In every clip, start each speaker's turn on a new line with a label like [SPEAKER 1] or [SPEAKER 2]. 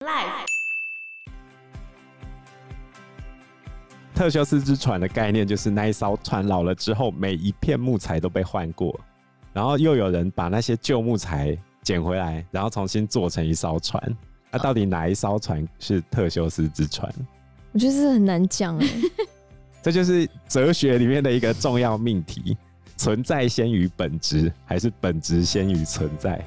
[SPEAKER 1] Life
[SPEAKER 2] 特修斯之船的概念就是那一艘船老了之后，每一片木材都被换过，然后又有人把那些旧木材捡回来，然后重新做成一艘船。那、到底哪一艘船是特修斯之船？
[SPEAKER 3] 我觉得这很难讲哎、
[SPEAKER 2] 这就是哲学里面的一个重要命题：存在先于本质，还是本质先于存在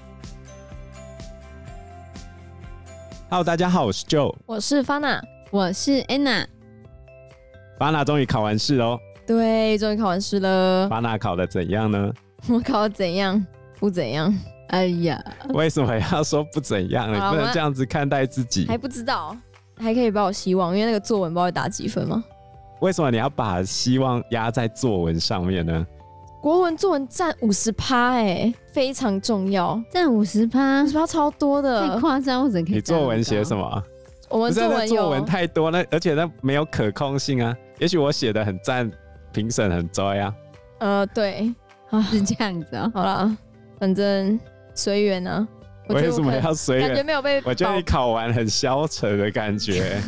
[SPEAKER 2] ？Hello，大家好，我是 Joe。
[SPEAKER 3] 我是 Fana，
[SPEAKER 4] 我是 Anna，
[SPEAKER 2] 巴纳终于考完试喽，
[SPEAKER 3] 对，终于考完试了。
[SPEAKER 2] 巴纳考的怎样呢？
[SPEAKER 3] 我考得怎样？不怎样，
[SPEAKER 4] 哎呀，
[SPEAKER 2] 为什么要说不怎样呢？
[SPEAKER 3] 嗯
[SPEAKER 2] 你不
[SPEAKER 3] 好我
[SPEAKER 2] 能
[SPEAKER 3] 们
[SPEAKER 2] 这样子看待自己。
[SPEAKER 3] 还不知道，还可以抱有希望，因为那个作文不知道会打几分吗？
[SPEAKER 2] 为什么你要把希望压在作文上面呢？
[SPEAKER 3] 国文作文占五十趴哎，非常重要，
[SPEAKER 4] 占五十趴
[SPEAKER 3] 五十，趴超多
[SPEAKER 4] 太
[SPEAKER 3] 的。
[SPEAKER 4] 夸张，我怎么可以？
[SPEAKER 2] 你作文写什
[SPEAKER 4] 么？
[SPEAKER 2] 么啊？
[SPEAKER 3] 我
[SPEAKER 2] 不
[SPEAKER 3] 们
[SPEAKER 2] 是
[SPEAKER 3] 作
[SPEAKER 2] 那
[SPEAKER 3] 文
[SPEAKER 2] 作
[SPEAKER 3] 有
[SPEAKER 2] 文太多，那而且那没有可控性啊。也许我写的很赞，评审很拽啊。
[SPEAKER 3] 呃对，
[SPEAKER 4] 是这样子 哦、
[SPEAKER 3] 好啦，反正随缘啊。我觉
[SPEAKER 2] 为
[SPEAKER 3] 得我
[SPEAKER 2] 什么
[SPEAKER 3] 可能
[SPEAKER 2] 要随
[SPEAKER 3] 感觉
[SPEAKER 2] 缘？
[SPEAKER 3] 没有被保，
[SPEAKER 2] 我觉得你考完很消沉的感觉，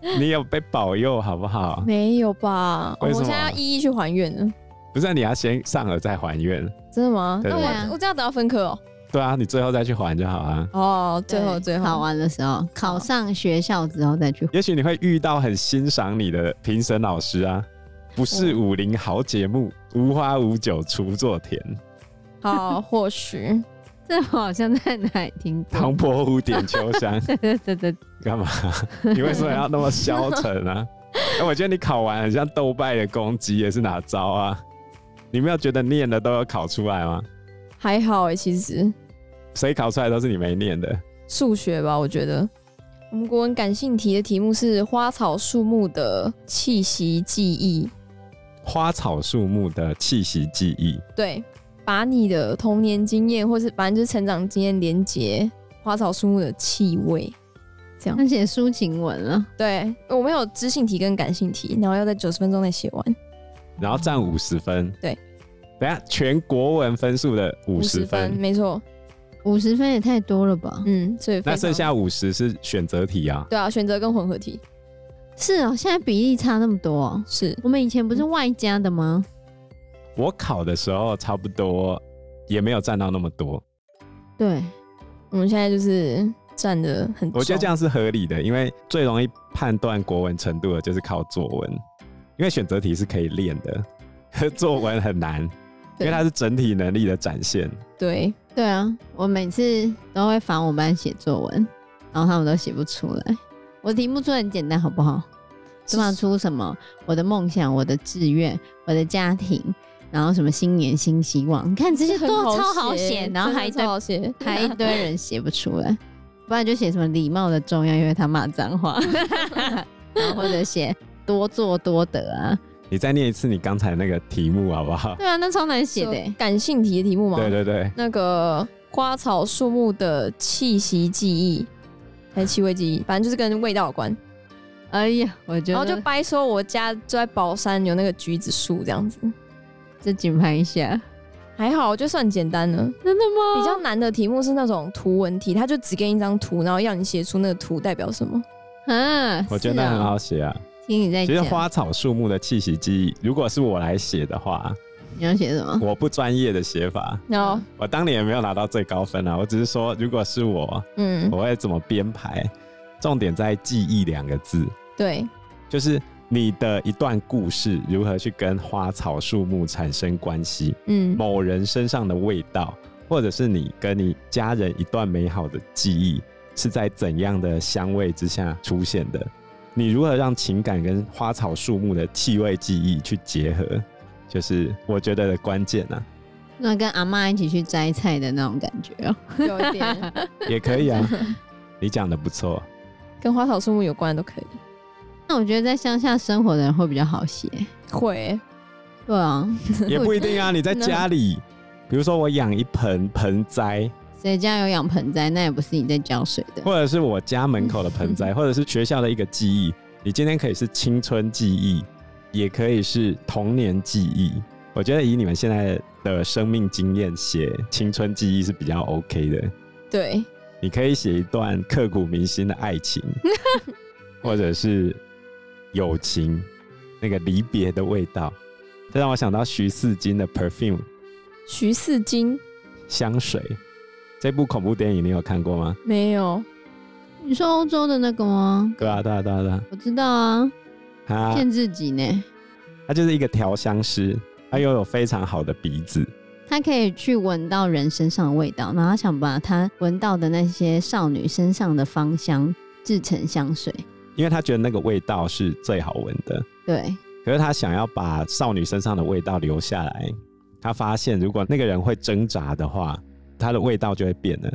[SPEAKER 2] 你有被保佑好不好？
[SPEAKER 3] 没有吧？哦
[SPEAKER 2] 为
[SPEAKER 3] 我
[SPEAKER 2] 什么
[SPEAKER 3] 现在要一一去还愿了，
[SPEAKER 2] 不是啊，你要先上饵再还愿。
[SPEAKER 3] 真的吗？
[SPEAKER 2] 对
[SPEAKER 3] 那
[SPEAKER 4] 对啊
[SPEAKER 3] 我我这样等到分科哦。
[SPEAKER 2] 对啊，你最后再去还就好啊。
[SPEAKER 3] 哦，最后
[SPEAKER 4] 对
[SPEAKER 3] 最后
[SPEAKER 4] 考完的时候，考上学校之后再去。
[SPEAKER 2] 也许你会遇到很欣赏你的评审老师啊。不是武林好节目，无花无酒锄作田。
[SPEAKER 3] 好，啊或许
[SPEAKER 4] 这我好像在哪里听过
[SPEAKER 2] 唐。伯虎点秋 香，
[SPEAKER 4] 对对对对，
[SPEAKER 2] 干嘛？你为什么要那么消沉 啊？哎我觉得你考完很像豆瓣的攻击，也是哪招啊？你没有觉得念的都有考出来吗？
[SPEAKER 3] 还好哎、其实
[SPEAKER 2] 谁考出来都是你没念的。
[SPEAKER 3] 数学吧，我觉得我们国文感性题的题目是花草树木的气息记忆，
[SPEAKER 2] 花草树木的气息记忆，
[SPEAKER 3] 对，把你的童年经验或是反正就是成长经验连接花草树木的气味。
[SPEAKER 4] 他写抒情文了，
[SPEAKER 3] 对我们有知性题跟感性题，然后要在九十分钟内写完
[SPEAKER 2] 然后占五十分。
[SPEAKER 3] 对，
[SPEAKER 2] 等一下全国文分数的五十分，
[SPEAKER 3] 没错，
[SPEAKER 4] 五十分也太多了吧？
[SPEAKER 3] 嗯，所以非
[SPEAKER 2] 那
[SPEAKER 3] 常
[SPEAKER 2] 剩下五十是选择题啊。
[SPEAKER 3] 对啊，选择跟混合题
[SPEAKER 4] 是哦、现在比例差那么多、哦。
[SPEAKER 3] 是
[SPEAKER 4] 我们以前不是外加的吗？
[SPEAKER 2] 我考的时候差不多也没有占到那么多，
[SPEAKER 4] 对，
[SPEAKER 3] 我们现在就是占的很重，
[SPEAKER 2] 我觉得这样是合理的，因为最容易判断国文程度的就是靠作文，因为选择题是可以练的， 作文很难，因为它是整体能力的展现。
[SPEAKER 3] 对。
[SPEAKER 4] 对啊，我每次都会烦我班写作文，然后他们都写不出来。我题目做得很简单，好不好？起码出什么我的梦想、我的志愿、我的家庭，然后什么新年新希望，你看这些
[SPEAKER 3] 很
[SPEAKER 4] 都超好写，然后
[SPEAKER 3] 真的
[SPEAKER 4] 还一堆
[SPEAKER 3] 超好写，
[SPEAKER 4] 还一堆人写不出来，不然就写什么礼貌的重要，因为他骂脏 话，然后或者写多做多得啊，
[SPEAKER 2] 你再念一次你刚才那个题目好不好？
[SPEAKER 4] 对啊，那超难写的欸、
[SPEAKER 3] 感性题的题目 吗？
[SPEAKER 2] 对对对，
[SPEAKER 3] 那个花草树木的气息记忆，还是气味记忆，反正就是跟味道有关。
[SPEAKER 4] 哎呀，我觉
[SPEAKER 3] 然后
[SPEAKER 4] 得
[SPEAKER 3] 哦就掰说我家就在宝山有那个橘子树这样子，
[SPEAKER 4] 这紧拍一下，
[SPEAKER 3] 还好，我觉得算简单了。
[SPEAKER 4] 真的吗？
[SPEAKER 3] 比较难的题目是那种图文题，它就只给你一张图，然后要你写出那个图代表什么。
[SPEAKER 4] 啊，
[SPEAKER 2] 我觉
[SPEAKER 4] 是
[SPEAKER 2] 得
[SPEAKER 4] 啊
[SPEAKER 2] 很好写啊。
[SPEAKER 4] 听你在
[SPEAKER 2] 其实
[SPEAKER 4] 讲，
[SPEAKER 2] 花草树木的气息记忆，如果是我来写的话，
[SPEAKER 4] 你要写什么？
[SPEAKER 2] 我不专业的写法，
[SPEAKER 3] 然后，
[SPEAKER 2] 我当年也没有拿到最高分啊。我只是说，如果是我，
[SPEAKER 3] 嗯，
[SPEAKER 2] 我会怎么编排？重点在“记忆”两个字。
[SPEAKER 3] 对，
[SPEAKER 2] 就是你的一段故事如何去跟花草树木产生关系，
[SPEAKER 3] 嗯，
[SPEAKER 2] 某人身上的味道，或者是你跟你家人一段美好的记忆，是在怎样的香味之下出现的？你如何让情感跟花草树木的气味记忆去结合？就是我觉得的关键啊，
[SPEAKER 4] 那跟阿妈一起去摘菜的那种感觉哦、
[SPEAKER 3] 有一点
[SPEAKER 2] 也可以啊。你讲的不错，
[SPEAKER 3] 跟花草树木有关的都可以。
[SPEAKER 4] 那我觉得在乡下生活的人会比较好写。
[SPEAKER 3] 会欸，
[SPEAKER 4] 对啊，
[SPEAKER 2] 也不一定啊。你在家里，比如说我养一盆盆栽，
[SPEAKER 4] 谁家有养盆栽，那也不是你在浇水的。
[SPEAKER 2] 或者是我家门口的盆栽，或者是学校的一个记忆。你今天可以是青春记忆，也可以是童年记忆。我觉得以你们现在的生命经验写青春记忆是比较 OK 的。
[SPEAKER 3] 对，
[SPEAKER 2] 你可以写一段刻骨铭心的爱情，或者是友情，那个离别的味道。这让我想到徐四金的 Perfume
[SPEAKER 3] 徐四金
[SPEAKER 2] 香水这部恐怖电影，你有看过吗？
[SPEAKER 3] 没有，
[SPEAKER 4] 你说欧洲的那个吗？
[SPEAKER 2] 对啊，对啊，对啊，对啊。
[SPEAKER 4] 我知道啊，
[SPEAKER 2] 他
[SPEAKER 4] 骗自己呢。
[SPEAKER 2] 他就是一个调香师，他又有非常好的鼻子。
[SPEAKER 4] 他可以去闻到人身上的味道，然后他想把他闻到的那些少女身上的芳香制成香水。
[SPEAKER 2] 因为他觉得那个味道是最好闻的，
[SPEAKER 4] 对，
[SPEAKER 2] 可是他想要把少女身上的味道留下来。他发现，如果那个人会挣扎的话，他的味道就会变了，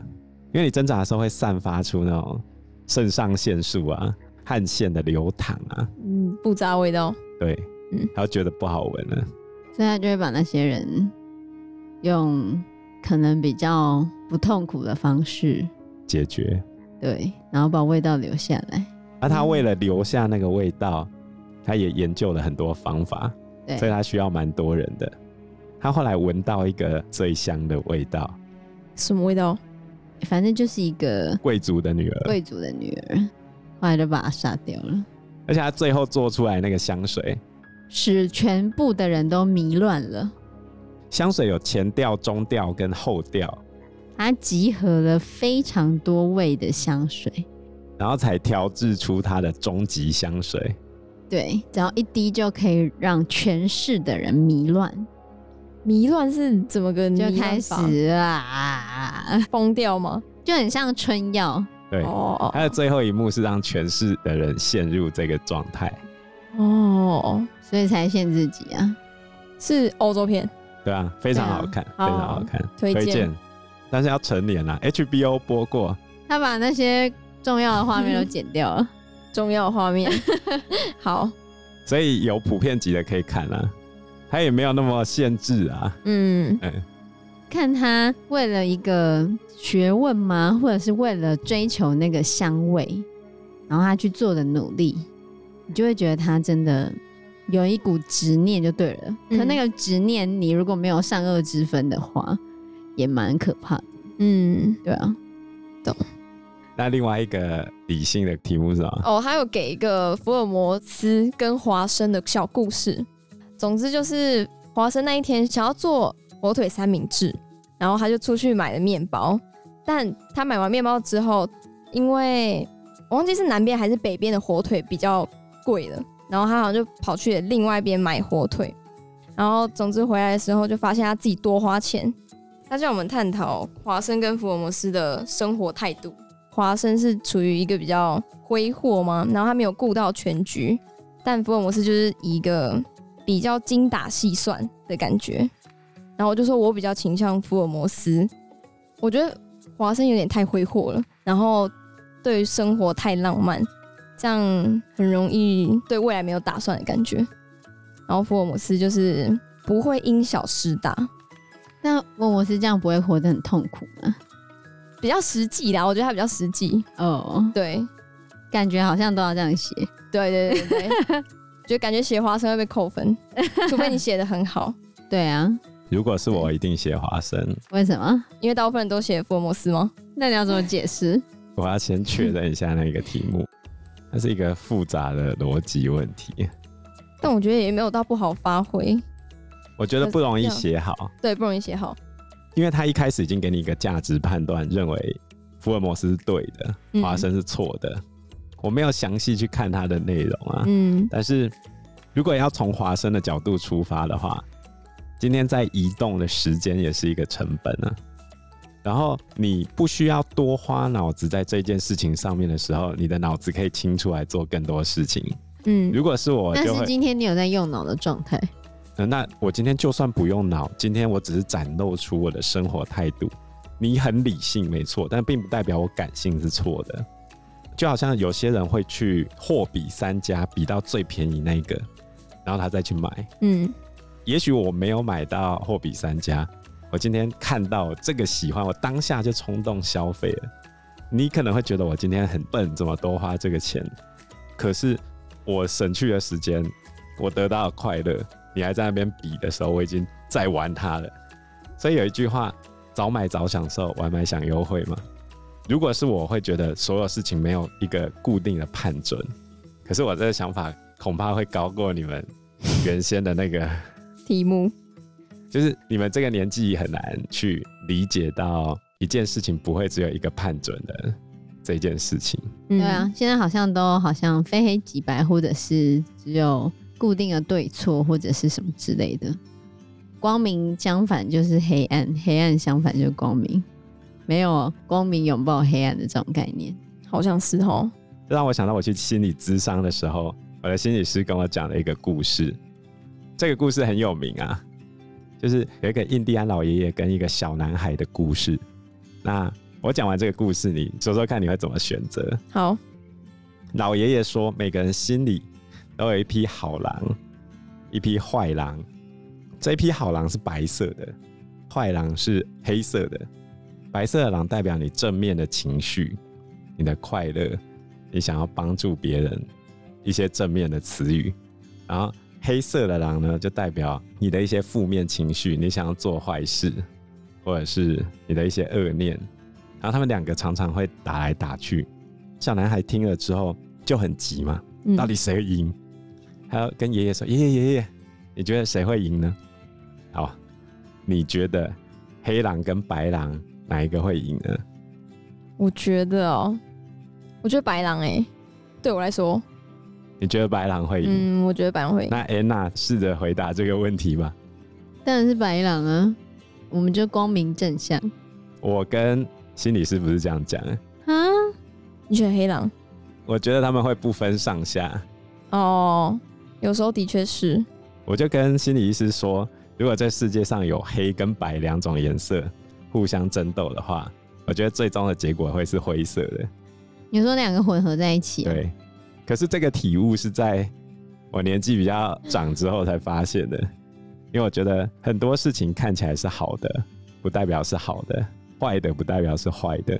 [SPEAKER 2] 因为你挣扎的时候会散发出那种肾上腺素啊、汗腺的流淌啊，
[SPEAKER 3] 嗯，不渣味道。
[SPEAKER 2] 对，
[SPEAKER 3] 嗯
[SPEAKER 2] 他就觉得不好闻啊了。
[SPEAKER 4] 所以他就会把那些人用可能比较不痛苦的方式，
[SPEAKER 2] 解决。
[SPEAKER 4] 对，然后把味道留下来。
[SPEAKER 2] 那他为了留下那个味道，他也研究了很多方法，
[SPEAKER 4] 对，
[SPEAKER 2] 所以他需要蛮多人的。他后来闻到一个最香的味道，
[SPEAKER 3] 什么味道？
[SPEAKER 4] 反正就是一个
[SPEAKER 2] 贵族的女儿，
[SPEAKER 4] 贵族的女儿，后来就把她杀掉了，
[SPEAKER 2] 而且他最后做出来那个香水，
[SPEAKER 4] 使全部的人都迷乱了。
[SPEAKER 2] 香水有前调、中调跟后调，
[SPEAKER 4] 他集合了非常多味的香水，
[SPEAKER 2] 然后才调制出它的终极香水。
[SPEAKER 4] 对，只要一滴就可以让全市的人迷乱，
[SPEAKER 3] 迷乱是怎么个迷
[SPEAKER 4] 就
[SPEAKER 3] 乱
[SPEAKER 4] 开
[SPEAKER 3] 法
[SPEAKER 4] 始啦，
[SPEAKER 3] 疯掉吗？
[SPEAKER 4] 就很像春药。
[SPEAKER 2] 对，
[SPEAKER 3] 哦哦
[SPEAKER 2] 它的最后一幕是让全市的人陷入这个状态。
[SPEAKER 3] 哦哦，
[SPEAKER 4] 所以才限自己啊！
[SPEAKER 3] 是欧洲片，
[SPEAKER 2] 对啊，非常好看，非
[SPEAKER 3] 对啊
[SPEAKER 2] 常好看，
[SPEAKER 3] 推荐
[SPEAKER 2] 荐。但是要成年啊啦，HBO 播过，
[SPEAKER 4] 他把那些重要的画面都剪掉了。
[SPEAKER 3] 重要的画面。 好，
[SPEAKER 2] 所以有普遍级的可以看啦、它也没有那么限制啊。
[SPEAKER 3] 嗯，
[SPEAKER 2] 嗯，
[SPEAKER 4] 看他为了一个学问吗，或者是为了追求那个香味，然后他去做的努力，你就会觉得他真的有一股执念就对了。
[SPEAKER 3] 嗯
[SPEAKER 4] 可那个执念，你如果没有善恶之分的话，也蛮可怕的。
[SPEAKER 3] 嗯，
[SPEAKER 4] 对啊，
[SPEAKER 2] 那另外一个理性的题目是什么？
[SPEAKER 3] 哦，还有给一个福尔摩斯跟华生的小故事。总之就是华生那一天想要做火腿三明治，然后他就出去买了面包，但他买完面包之后，因为我忘记是南边还是北边的火腿比较贵了，然后他好像就跑去另外一边买火腿，然后总之回来的时候就发现他自己多花钱。他叫我们探讨华生跟福尔摩斯的生活态度。华生是处于一个比较挥霍嘛，然后他没有顾到全局，但福尔摩斯就是一个比较精打细算的感觉。然后我就说我比较倾向福尔摩斯，我觉得华生有点太挥霍了，然后对于生活太浪漫，这样很容易对未来没有打算的感觉。然后福尔摩斯就是不会因小失大，
[SPEAKER 4] 那问我是这样不会活得很痛苦吗？
[SPEAKER 3] 比较实际啦，我觉得他比较实际。
[SPEAKER 4] 哦，
[SPEAKER 3] 对，
[SPEAKER 4] 感觉好像都要这样写。
[SPEAKER 3] 对对对对 对，就感觉写花生会被扣 分，除非你写的很好，
[SPEAKER 4] 对啊，
[SPEAKER 2] 如果是我，一定写华生。
[SPEAKER 4] 为什么？
[SPEAKER 3] 因为大部分人都写福尔摩斯吗？
[SPEAKER 4] 那你要怎么解释？
[SPEAKER 2] 我要先确认一下那个题目，它是一个复杂的逻辑问题，
[SPEAKER 3] 但我觉得也没有到不好发挥，
[SPEAKER 2] 我觉得不容易写好，
[SPEAKER 3] 对，不容易写好。
[SPEAKER 2] 因为他一开始已经给你一个价值判断，认为福尔摩斯是对的，
[SPEAKER 3] 嗯
[SPEAKER 2] 华生是错的。我没有详细去看他的内容啊，
[SPEAKER 3] 嗯
[SPEAKER 2] 但是如果要从华生的角度出发的话，今天在移动的时间也是一个成本啊。然后你不需要多花脑子在这件事情上面的时候，你的脑子可以清出来做更多事情。
[SPEAKER 3] 嗯，
[SPEAKER 2] 如果是我，
[SPEAKER 4] 但
[SPEAKER 2] 就是会、
[SPEAKER 4] 今天你有在用脑的状态，
[SPEAKER 2] 呃那我今天就算不用脑，今天我只是展露出我的生活态度。你很理性没错，但并不代表我感性是错的。就好像有些人会去货比三家，比到最便宜那一个，然后他再去买。
[SPEAKER 3] 嗯
[SPEAKER 2] 也许我没有买到货比三家，我今天看到这个喜欢，我当下就冲动消费了。你可能会觉得我今天很笨，怎么多花这个钱？可是我省去了时间，我得到了快乐。你还在那边比的时候，我已经在玩它了。所以有一句话：早买早享受，晚买享优惠嘛。如果是我会觉得所有事情没有一个固定的判准，可是我这个想法恐怕会高过你们原先的那个，
[SPEAKER 3] 题目，
[SPEAKER 2] 就是你们这个年纪很难去理解到一件事情不会只有一个判准的这件事情。
[SPEAKER 3] 嗯
[SPEAKER 4] 对啊，，现在好像都好像非黑即白，或者是只有固定的对错，或者是什么之类的。光明相反就是黑暗，黑暗相反就是光明，没有光明拥抱黑暗的这种概念。
[SPEAKER 3] 好像是哦，
[SPEAKER 2] 这让我想到我去心理咨商的时候，我的心理师跟我讲了一个故事，这个故事很有名啊，就是有一个印第安老爷爷跟一个小男孩的故事。那我讲完这个故事，你说说看你会怎么选择？
[SPEAKER 3] 好，
[SPEAKER 2] 老爷爷说，每个人心里都有一匹好狼，一匹坏狼。这一匹好狼是白色的，坏狼是黑色的。白色的狼代表你正面的情绪，你的快乐，你想要帮助别人，一些正面的词语。然后黑色的狼呢，就代表你的一些负面情绪，你想要做坏事，或者是你的一些恶念。然后他们两个常常会打来打去，小男孩听了之后就很急嘛，
[SPEAKER 4] 嗯
[SPEAKER 2] 到底谁会赢？还要跟爷爷说：“爷爷爷爷，你觉得谁会赢呢？”好，你觉得黑狼跟白狼哪一个会赢呢？
[SPEAKER 3] 我觉得哦，我觉得白狼哎、对我来说，
[SPEAKER 2] 你觉得白狼会赢？
[SPEAKER 3] 嗯，我觉得白狼会赢，
[SPEAKER 2] 那安娜试着回答这个问题吧。
[SPEAKER 4] 当然是白狼啊，我们就光明正向
[SPEAKER 2] 我跟心理师不是这样讲，
[SPEAKER 4] 啊。
[SPEAKER 3] 你选黑狼
[SPEAKER 2] 我觉得他们会不分上下。
[SPEAKER 3] 哦，有时候的确是，
[SPEAKER 2] 我就跟心理医师说，如果这世界上有黑跟白两种颜色互相争斗的话，我觉得最终的结果会是灰色的。
[SPEAKER 4] 你说两个混合在一起、啊，
[SPEAKER 2] 对，可是这个体悟是在我年纪比较长之后才发现的，因为我觉得很多事情看起来是好的，不代表是好的；坏的不代表是坏的。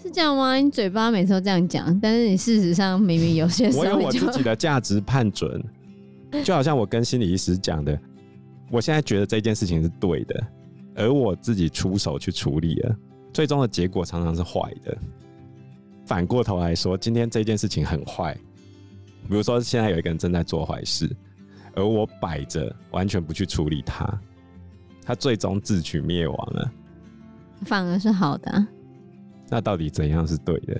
[SPEAKER 4] 是这样吗？你嘴巴每次都这样讲，但是你事实上明明有 些时
[SPEAKER 2] 我有
[SPEAKER 4] 候
[SPEAKER 2] 我
[SPEAKER 4] 就
[SPEAKER 2] 自己的价值判 准，就好像我跟心理医师讲的，我现在觉得这件事情是对的，而我自己出手去处理了，最终的结果常常是坏的。反过头来说，今天这件事情很坏，比如说现在有一个人正在做坏事，而我摆着完全不去处理他，他最终自取灭亡了。
[SPEAKER 4] 反而是好的啊、
[SPEAKER 2] 那到底怎样是对的？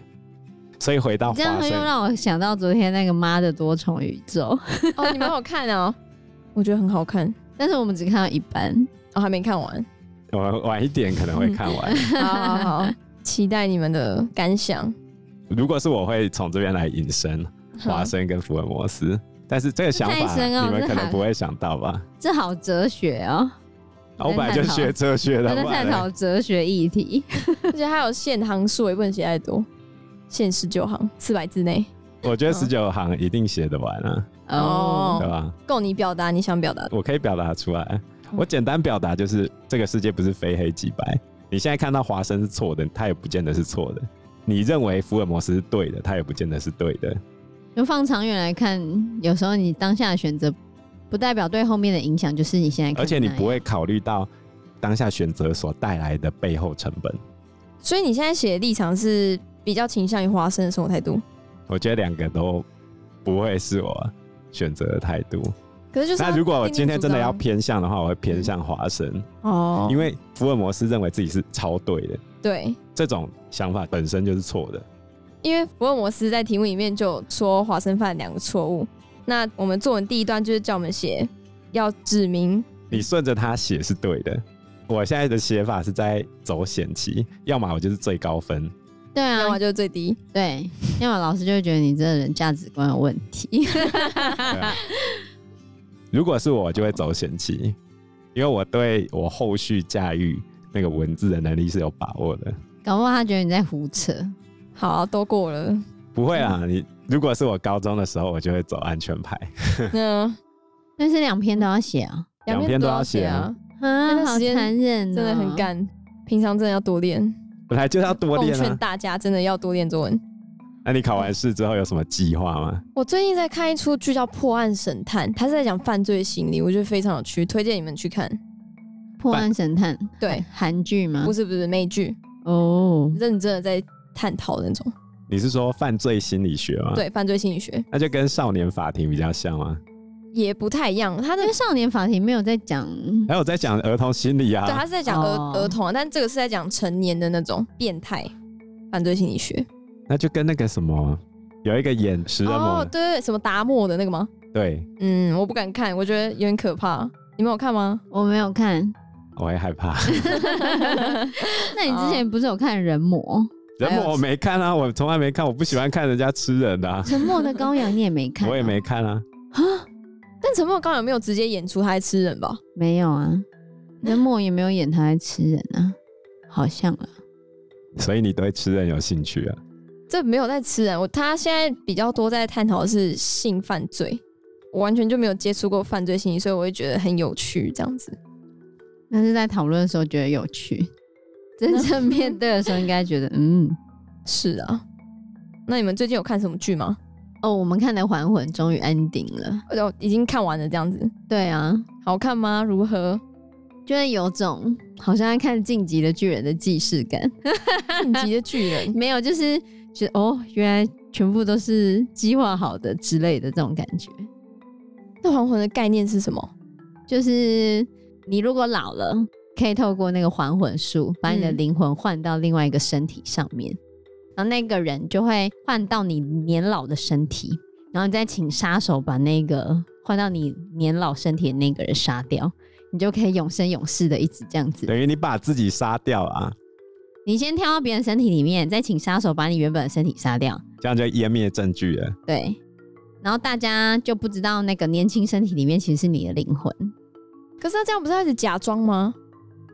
[SPEAKER 2] 所以回到
[SPEAKER 4] 你这样
[SPEAKER 2] 华
[SPEAKER 4] 又
[SPEAKER 2] 生，
[SPEAKER 4] 让我想到昨天那个妈的多重宇宙，
[SPEAKER 3] 哦，你们有看哦， 我觉得很好看，
[SPEAKER 4] 但是我们只看到一半。
[SPEAKER 3] 我、还没看 完，
[SPEAKER 2] 我们晚一点可能会看 完。
[SPEAKER 3] 好好好，期待你们的感想，
[SPEAKER 2] 如果是我会从这边来引申
[SPEAKER 3] 好
[SPEAKER 2] 华生跟福尔摩斯，但是这个想
[SPEAKER 4] 太
[SPEAKER 2] 法
[SPEAKER 4] 深奥
[SPEAKER 2] 你们可
[SPEAKER 4] 这
[SPEAKER 2] 能
[SPEAKER 4] 还
[SPEAKER 2] 不会想到吧？
[SPEAKER 4] 这好哲学哦，
[SPEAKER 2] 啊我本来就学哲学的，
[SPEAKER 4] 他在
[SPEAKER 2] 不然
[SPEAKER 4] 探讨
[SPEAKER 2] 嘞
[SPEAKER 4] 哲学议题。
[SPEAKER 3] 而且它有限行数，也不能写太多，限十九行，四百字内
[SPEAKER 2] 我觉得十九行一定写得完啊，
[SPEAKER 3] 哦
[SPEAKER 4] 哦，
[SPEAKER 2] 对吧？
[SPEAKER 3] 够你表达你想表达的。
[SPEAKER 2] 我可以表达出来，我简单表达就是这个世界不是非黑即白。你现在看到华生是错的，他也不见得是错的；你认为福尔摩斯是对的，他也不见得是对的。
[SPEAKER 4] 就放长远来看，有时候你当下的选择，不代表对后面的影响，就是你现在看
[SPEAKER 2] 而且你
[SPEAKER 4] 那样
[SPEAKER 2] 不会考虑到当下选择所带来的背后成本。
[SPEAKER 3] 所以你现在写的立场是比较倾向于华生的生活态度，
[SPEAKER 2] 我觉得两个都不会是我选择的态度。
[SPEAKER 3] 可是就是要
[SPEAKER 2] 那如果我今天真的要
[SPEAKER 3] 定定
[SPEAKER 2] 偏向的话，我会偏向华生，
[SPEAKER 3] 主张哦，
[SPEAKER 2] 因为福尔摩斯认为自己是超对的，
[SPEAKER 3] 对，
[SPEAKER 2] 这种想法本身就是错的。
[SPEAKER 3] 嗯因为福尔摩斯在题目里面就说华生犯两个错误。那我们作文第一段就是叫我们写要指明，
[SPEAKER 2] 你顺着他写是对的。我现在的写法是在走险棋，要么我就是最高 分，
[SPEAKER 4] 对
[SPEAKER 3] 要么
[SPEAKER 4] 啊，
[SPEAKER 3] 就是最低。
[SPEAKER 4] 对，要么老师就会觉得你这个人价值观有问题。
[SPEAKER 2] 对啊如果是我，我就会走险棋，因为我对我后续驾驭那个文字的能力是有把握的。
[SPEAKER 4] 搞不好他觉得你在胡扯。
[SPEAKER 3] 好、都 过了。
[SPEAKER 2] 不会
[SPEAKER 3] 嗯
[SPEAKER 2] 啦，你如果是我高中的时候，我就会走安全牌。
[SPEAKER 3] 那
[SPEAKER 4] 但是两篇都要写啊，
[SPEAKER 2] 两边都要写啊
[SPEAKER 3] 啊，那
[SPEAKER 4] 啊，
[SPEAKER 3] 段
[SPEAKER 4] 好
[SPEAKER 3] 时间
[SPEAKER 4] 残忍、
[SPEAKER 3] 真的很。干。平常真的要多练，
[SPEAKER 2] 本来就是要多
[SPEAKER 3] 奉
[SPEAKER 2] 练
[SPEAKER 3] 劝
[SPEAKER 2] 啊。
[SPEAKER 3] 大家真的要多练作文。
[SPEAKER 2] 那你考完试之后有什么计划吗？
[SPEAKER 3] 我最近在看一出剧叫《破案神探》，它是在讲犯罪心理，我觉得非常有趣，推荐你们去看。
[SPEAKER 4] 破案神探
[SPEAKER 3] 对，
[SPEAKER 4] 韩剧吗嗯
[SPEAKER 3] 不？是不是美剧，
[SPEAKER 4] 哦，
[SPEAKER 3] 认真的在探讨的那种，
[SPEAKER 2] 你是说犯罪心理学
[SPEAKER 4] 嗯
[SPEAKER 2] 吗？，
[SPEAKER 3] 对犯罪心理学
[SPEAKER 2] 那就跟少年法庭比较像吗？
[SPEAKER 3] 也不太一样。他的
[SPEAKER 4] 因为少年法庭没有在讲，
[SPEAKER 2] 还有在讲儿童心理
[SPEAKER 3] 对，他
[SPEAKER 2] 啊，
[SPEAKER 3] 是在讲儿、
[SPEAKER 4] 哦
[SPEAKER 3] 儿童啊，但这个是在讲成年的那种变态犯罪心理学。
[SPEAKER 2] 那就跟那个什么有一个演食人魔，
[SPEAKER 3] 哦，对对，对什么达摩的那个吗？
[SPEAKER 2] 对
[SPEAKER 3] 嗯，我不敢看，我觉得有点可怕。你们有看 吗？
[SPEAKER 4] 我没有看。
[SPEAKER 2] 我会害怕。
[SPEAKER 4] 那你之
[SPEAKER 3] 哦
[SPEAKER 4] 前不是有看《人魔》
[SPEAKER 2] 人魔我没看啊，我从来没看，我不喜欢看人家吃人的、 啊，
[SPEAKER 4] 沉默的羔羊》，你也没看、
[SPEAKER 2] 我也没，看啊。
[SPEAKER 3] 但陈默刚有没有直接演出他在吃人吧？
[SPEAKER 4] 没有啊。人魔也没有演他在吃人啊， 好像啊。
[SPEAKER 2] 所以你对吃人有兴趣啊？
[SPEAKER 3] 这没有在吃啊人，我他现在比较多在探讨的是性犯罪，我完全就没有接触过犯罪心理，所以我会觉得很有趣这样子。
[SPEAKER 4] 但是在讨论的时候觉得有趣，真正面对的时候应该觉得嗯。
[SPEAKER 3] 是啊，那你们最近有看什么剧吗？
[SPEAKER 4] 哦，我们看的《还魂》终于 ending 了。
[SPEAKER 3] 哦，就已经看完了这样子，
[SPEAKER 4] 对啊，
[SPEAKER 3] 好看吗？如何？
[SPEAKER 4] 就会有种好像在看《晋级的巨人》的既视感。
[SPEAKER 3] 晋级的巨 人，
[SPEAKER 4] 没有，就是觉得哦，原来全部都是计划好的之类的这种感觉。
[SPEAKER 3] 那还魂的概念是什么？
[SPEAKER 4] 就是你如果老了，可以透过那个还魂术，把你的
[SPEAKER 3] 嗯
[SPEAKER 4] 灵魂换到另外一个身体上面，然后那个人就会换到你年老的身体，然后你再请杀手把那个换到你年老身体的那个人杀掉，你就可以永生永世的一直这样子。
[SPEAKER 2] 等于你把自己杀掉啊，
[SPEAKER 4] 你先跳到别人身体里面，再请杀手把你原本的身体杀掉，
[SPEAKER 2] 这样就湮灭证据了。
[SPEAKER 4] 对。然后大家就不知道那个年轻身体里面其实是你的灵魂，
[SPEAKER 3] 可是他这样不是要一直假装吗？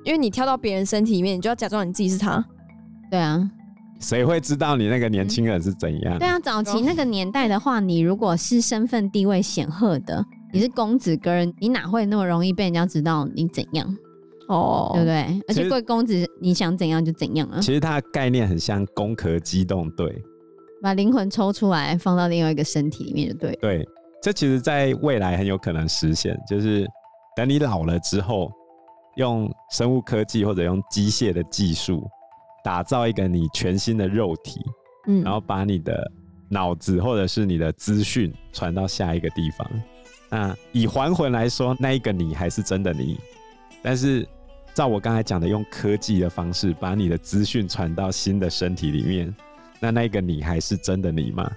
[SPEAKER 3] 因为你跳到别人身体里面，你就要假装你自己是他。
[SPEAKER 4] 对啊，
[SPEAKER 2] 谁会知道你那个年轻人是怎样？
[SPEAKER 4] 对啊，早期那个年代的话，你如果是身份地位显赫的，你是公子哥儿，你哪会那么容易被人家知道你怎样，
[SPEAKER 3] 哦
[SPEAKER 4] 对不对？
[SPEAKER 2] 其
[SPEAKER 4] 而且
[SPEAKER 2] 实
[SPEAKER 4] 贵公子你想怎样就怎样啊，
[SPEAKER 2] 其实它的概念很像《攻壳机动队》。
[SPEAKER 4] 把灵魂抽出来放到另外一个身体里面就对了。
[SPEAKER 2] 对，这其实在未来很有可能实现，就是等你老了之后，用生物科技或者用机械的技术，打造一个你全新的肉体，
[SPEAKER 3] 嗯
[SPEAKER 2] 然后把你的脑子或者是你的资讯传到下一个地方。那以还魂来说，那一个你还是真的你，但是照我刚才讲的，用科技的方式把你的资讯传到新的身体里面，那那一个你还是真的你吗？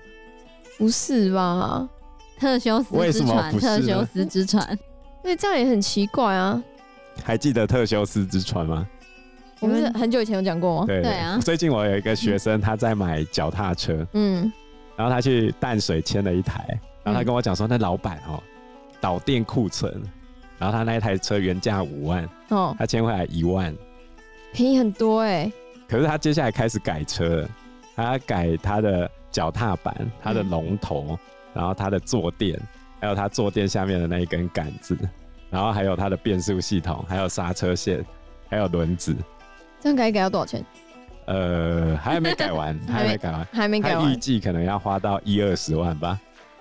[SPEAKER 3] 不是吧？
[SPEAKER 4] 特修
[SPEAKER 2] 为
[SPEAKER 4] 斯
[SPEAKER 2] 什
[SPEAKER 4] 之
[SPEAKER 2] 么
[SPEAKER 4] 船，
[SPEAKER 2] 不是呢
[SPEAKER 4] 特修斯之船，
[SPEAKER 3] 那这样也很奇怪啊！
[SPEAKER 2] 还记得特修斯之船吗？
[SPEAKER 3] 我们是很久以前有讲过吗？
[SPEAKER 2] 对
[SPEAKER 4] 对啊
[SPEAKER 2] 最近我有一个学生，他在买脚踏车，
[SPEAKER 3] 嗯，
[SPEAKER 2] 然后他去淡水签了一台，然后
[SPEAKER 4] 嗯
[SPEAKER 2] 他跟我讲说，那老板哦导电库存，然后他那一台车原价五万，
[SPEAKER 3] 哦，
[SPEAKER 2] 他签回来一万，
[SPEAKER 3] 便宜很多哎、
[SPEAKER 2] 可是他接下来开始改车了，他改他的脚踏板、他
[SPEAKER 4] 嗯
[SPEAKER 2] 的龙头，然后他的坐垫，还有他坐垫下面的那一根杆子，然后还有他的变速系统，还有刹车线，还有轮子，
[SPEAKER 3] 这样改一改要多少钱？
[SPEAKER 2] 呃，还没改 完，还没改完。
[SPEAKER 3] 还没改
[SPEAKER 2] 他预
[SPEAKER 3] 完，
[SPEAKER 2] 计可能要花到一二十万吧。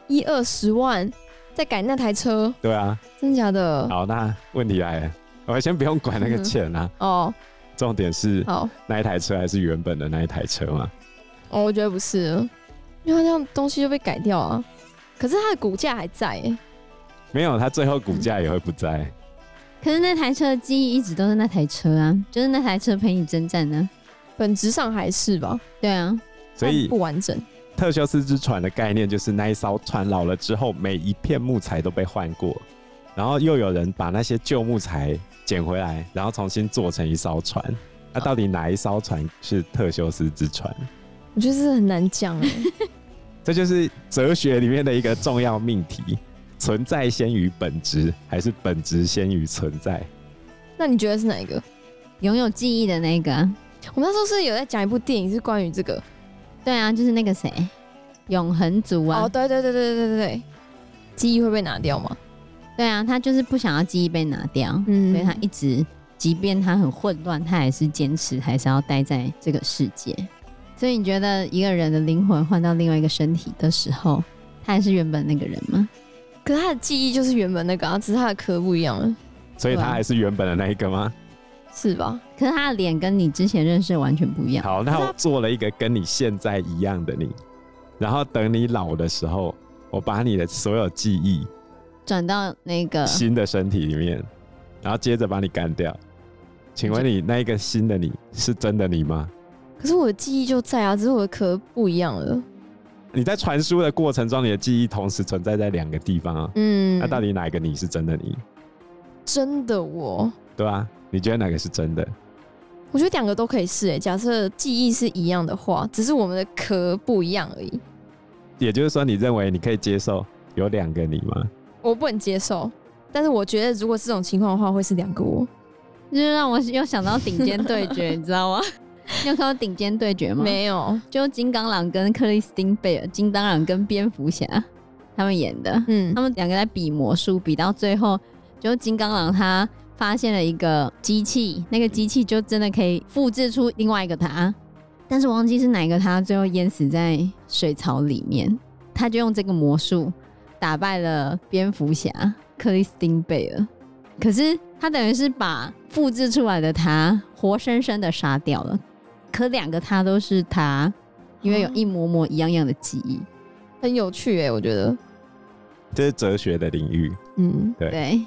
[SPEAKER 3] 一二十万，再改那台车，
[SPEAKER 2] 对啊，
[SPEAKER 3] 真假的？
[SPEAKER 2] 好，那问题来了，我先不用管那个钱啊，
[SPEAKER 3] 哦，
[SPEAKER 2] 重点是
[SPEAKER 3] 好，
[SPEAKER 2] 那一台车还是原本的那一台车嘛？
[SPEAKER 3] 哦，我觉得不是了，因为它这样东西就被改掉啊。可是它的骨架还在、欸，
[SPEAKER 2] 没有，他最后股价也会不在。
[SPEAKER 4] 可是那台车的记忆一直都是那台车啊，就是那台车陪你征战呢、
[SPEAKER 3] 本质上还是吧，
[SPEAKER 4] 对啊，
[SPEAKER 2] 所
[SPEAKER 3] 但
[SPEAKER 2] 以
[SPEAKER 3] 不完整。
[SPEAKER 2] 特修斯之船的概念就是那一艘船老了之后，每一片木材都被换过，然后又有人把那些旧木材捡回来，然后重新做成一艘船。那、到底哪一艘船是特修斯之船？
[SPEAKER 3] 我觉得这很难讲哎、
[SPEAKER 2] 这就是哲学里面的一个重要命题：存在先于本质，还是本质先于存在？
[SPEAKER 3] 那你觉得是哪一个？
[SPEAKER 4] 拥有记忆的那个、啊，
[SPEAKER 3] 我们那时候是有在讲一部电影，是关于这个。
[SPEAKER 4] 对啊，就是那个谁，永恒族啊，
[SPEAKER 3] 哦，对对对对对对对，记忆会被拿掉吗？
[SPEAKER 4] 对啊，他就是不想要记忆被拿掉，
[SPEAKER 3] 嗯
[SPEAKER 4] 所以他一直，即便他很混乱，他还是坚持还是要待在这个世界。所以你觉得一个人的灵魂换到另外一个身体的时候，他还是原本那个人吗？
[SPEAKER 3] 可是他的记忆就是原本那个啊，只是他的壳不一样了，
[SPEAKER 2] 所以它还是原本的那一个吗？
[SPEAKER 3] 是吧？
[SPEAKER 4] 可可是他的脸跟你之前认识的完全不一样。
[SPEAKER 2] 好，那我做了一个跟你现在一样的你，然后等你老的时候，我把你的所有记忆、
[SPEAKER 4] 转到那个
[SPEAKER 2] 新的身体里面，然后接着把你干掉。请问你那一个新的你是真的你吗？
[SPEAKER 3] 可是我的记忆就在啊，只是我的壳不一样了。
[SPEAKER 2] 你在传输的过程中，你的记忆同时存在在两个地方啊。
[SPEAKER 3] 嗯，
[SPEAKER 2] 那到底哪一个你是真的你？
[SPEAKER 3] 真的我，
[SPEAKER 2] 对吧、你觉得哪个是真的？
[SPEAKER 3] 我觉得两个都可以试诶、欸假设记忆是一样的话，只是我们的壳不一样而已。
[SPEAKER 2] 也就是说，你认为你可以接受有两个你吗？
[SPEAKER 3] 我不能接受，但是我觉得如果是这种情况的话，会是两个我。
[SPEAKER 4] 就是让我又想到顶尖对决， 你知道吗？你有看过顶尖对决吗？，
[SPEAKER 3] 没有，
[SPEAKER 4] 就金刚狼跟克里斯汀贝尔，金刚狼跟蝙蝠侠他们演的，
[SPEAKER 3] 嗯
[SPEAKER 4] 他，们两个在比魔术，比到最后，就金刚狼他发现了一个机器，那个机器就真的可以复制出另外一个他，但是我忘记是哪一个他，最后淹死在水槽里面，他就用这个魔术打败了蝙蝠侠克里斯汀贝尔，可是他等于是把复制出来的他活生生的杀掉了，可两个他都是他，因为有一模模一样样的记忆，
[SPEAKER 3] 很啊有趣诶、我觉得，
[SPEAKER 2] 这是哲学的领域。
[SPEAKER 3] 嗯，
[SPEAKER 2] 对
[SPEAKER 4] 对。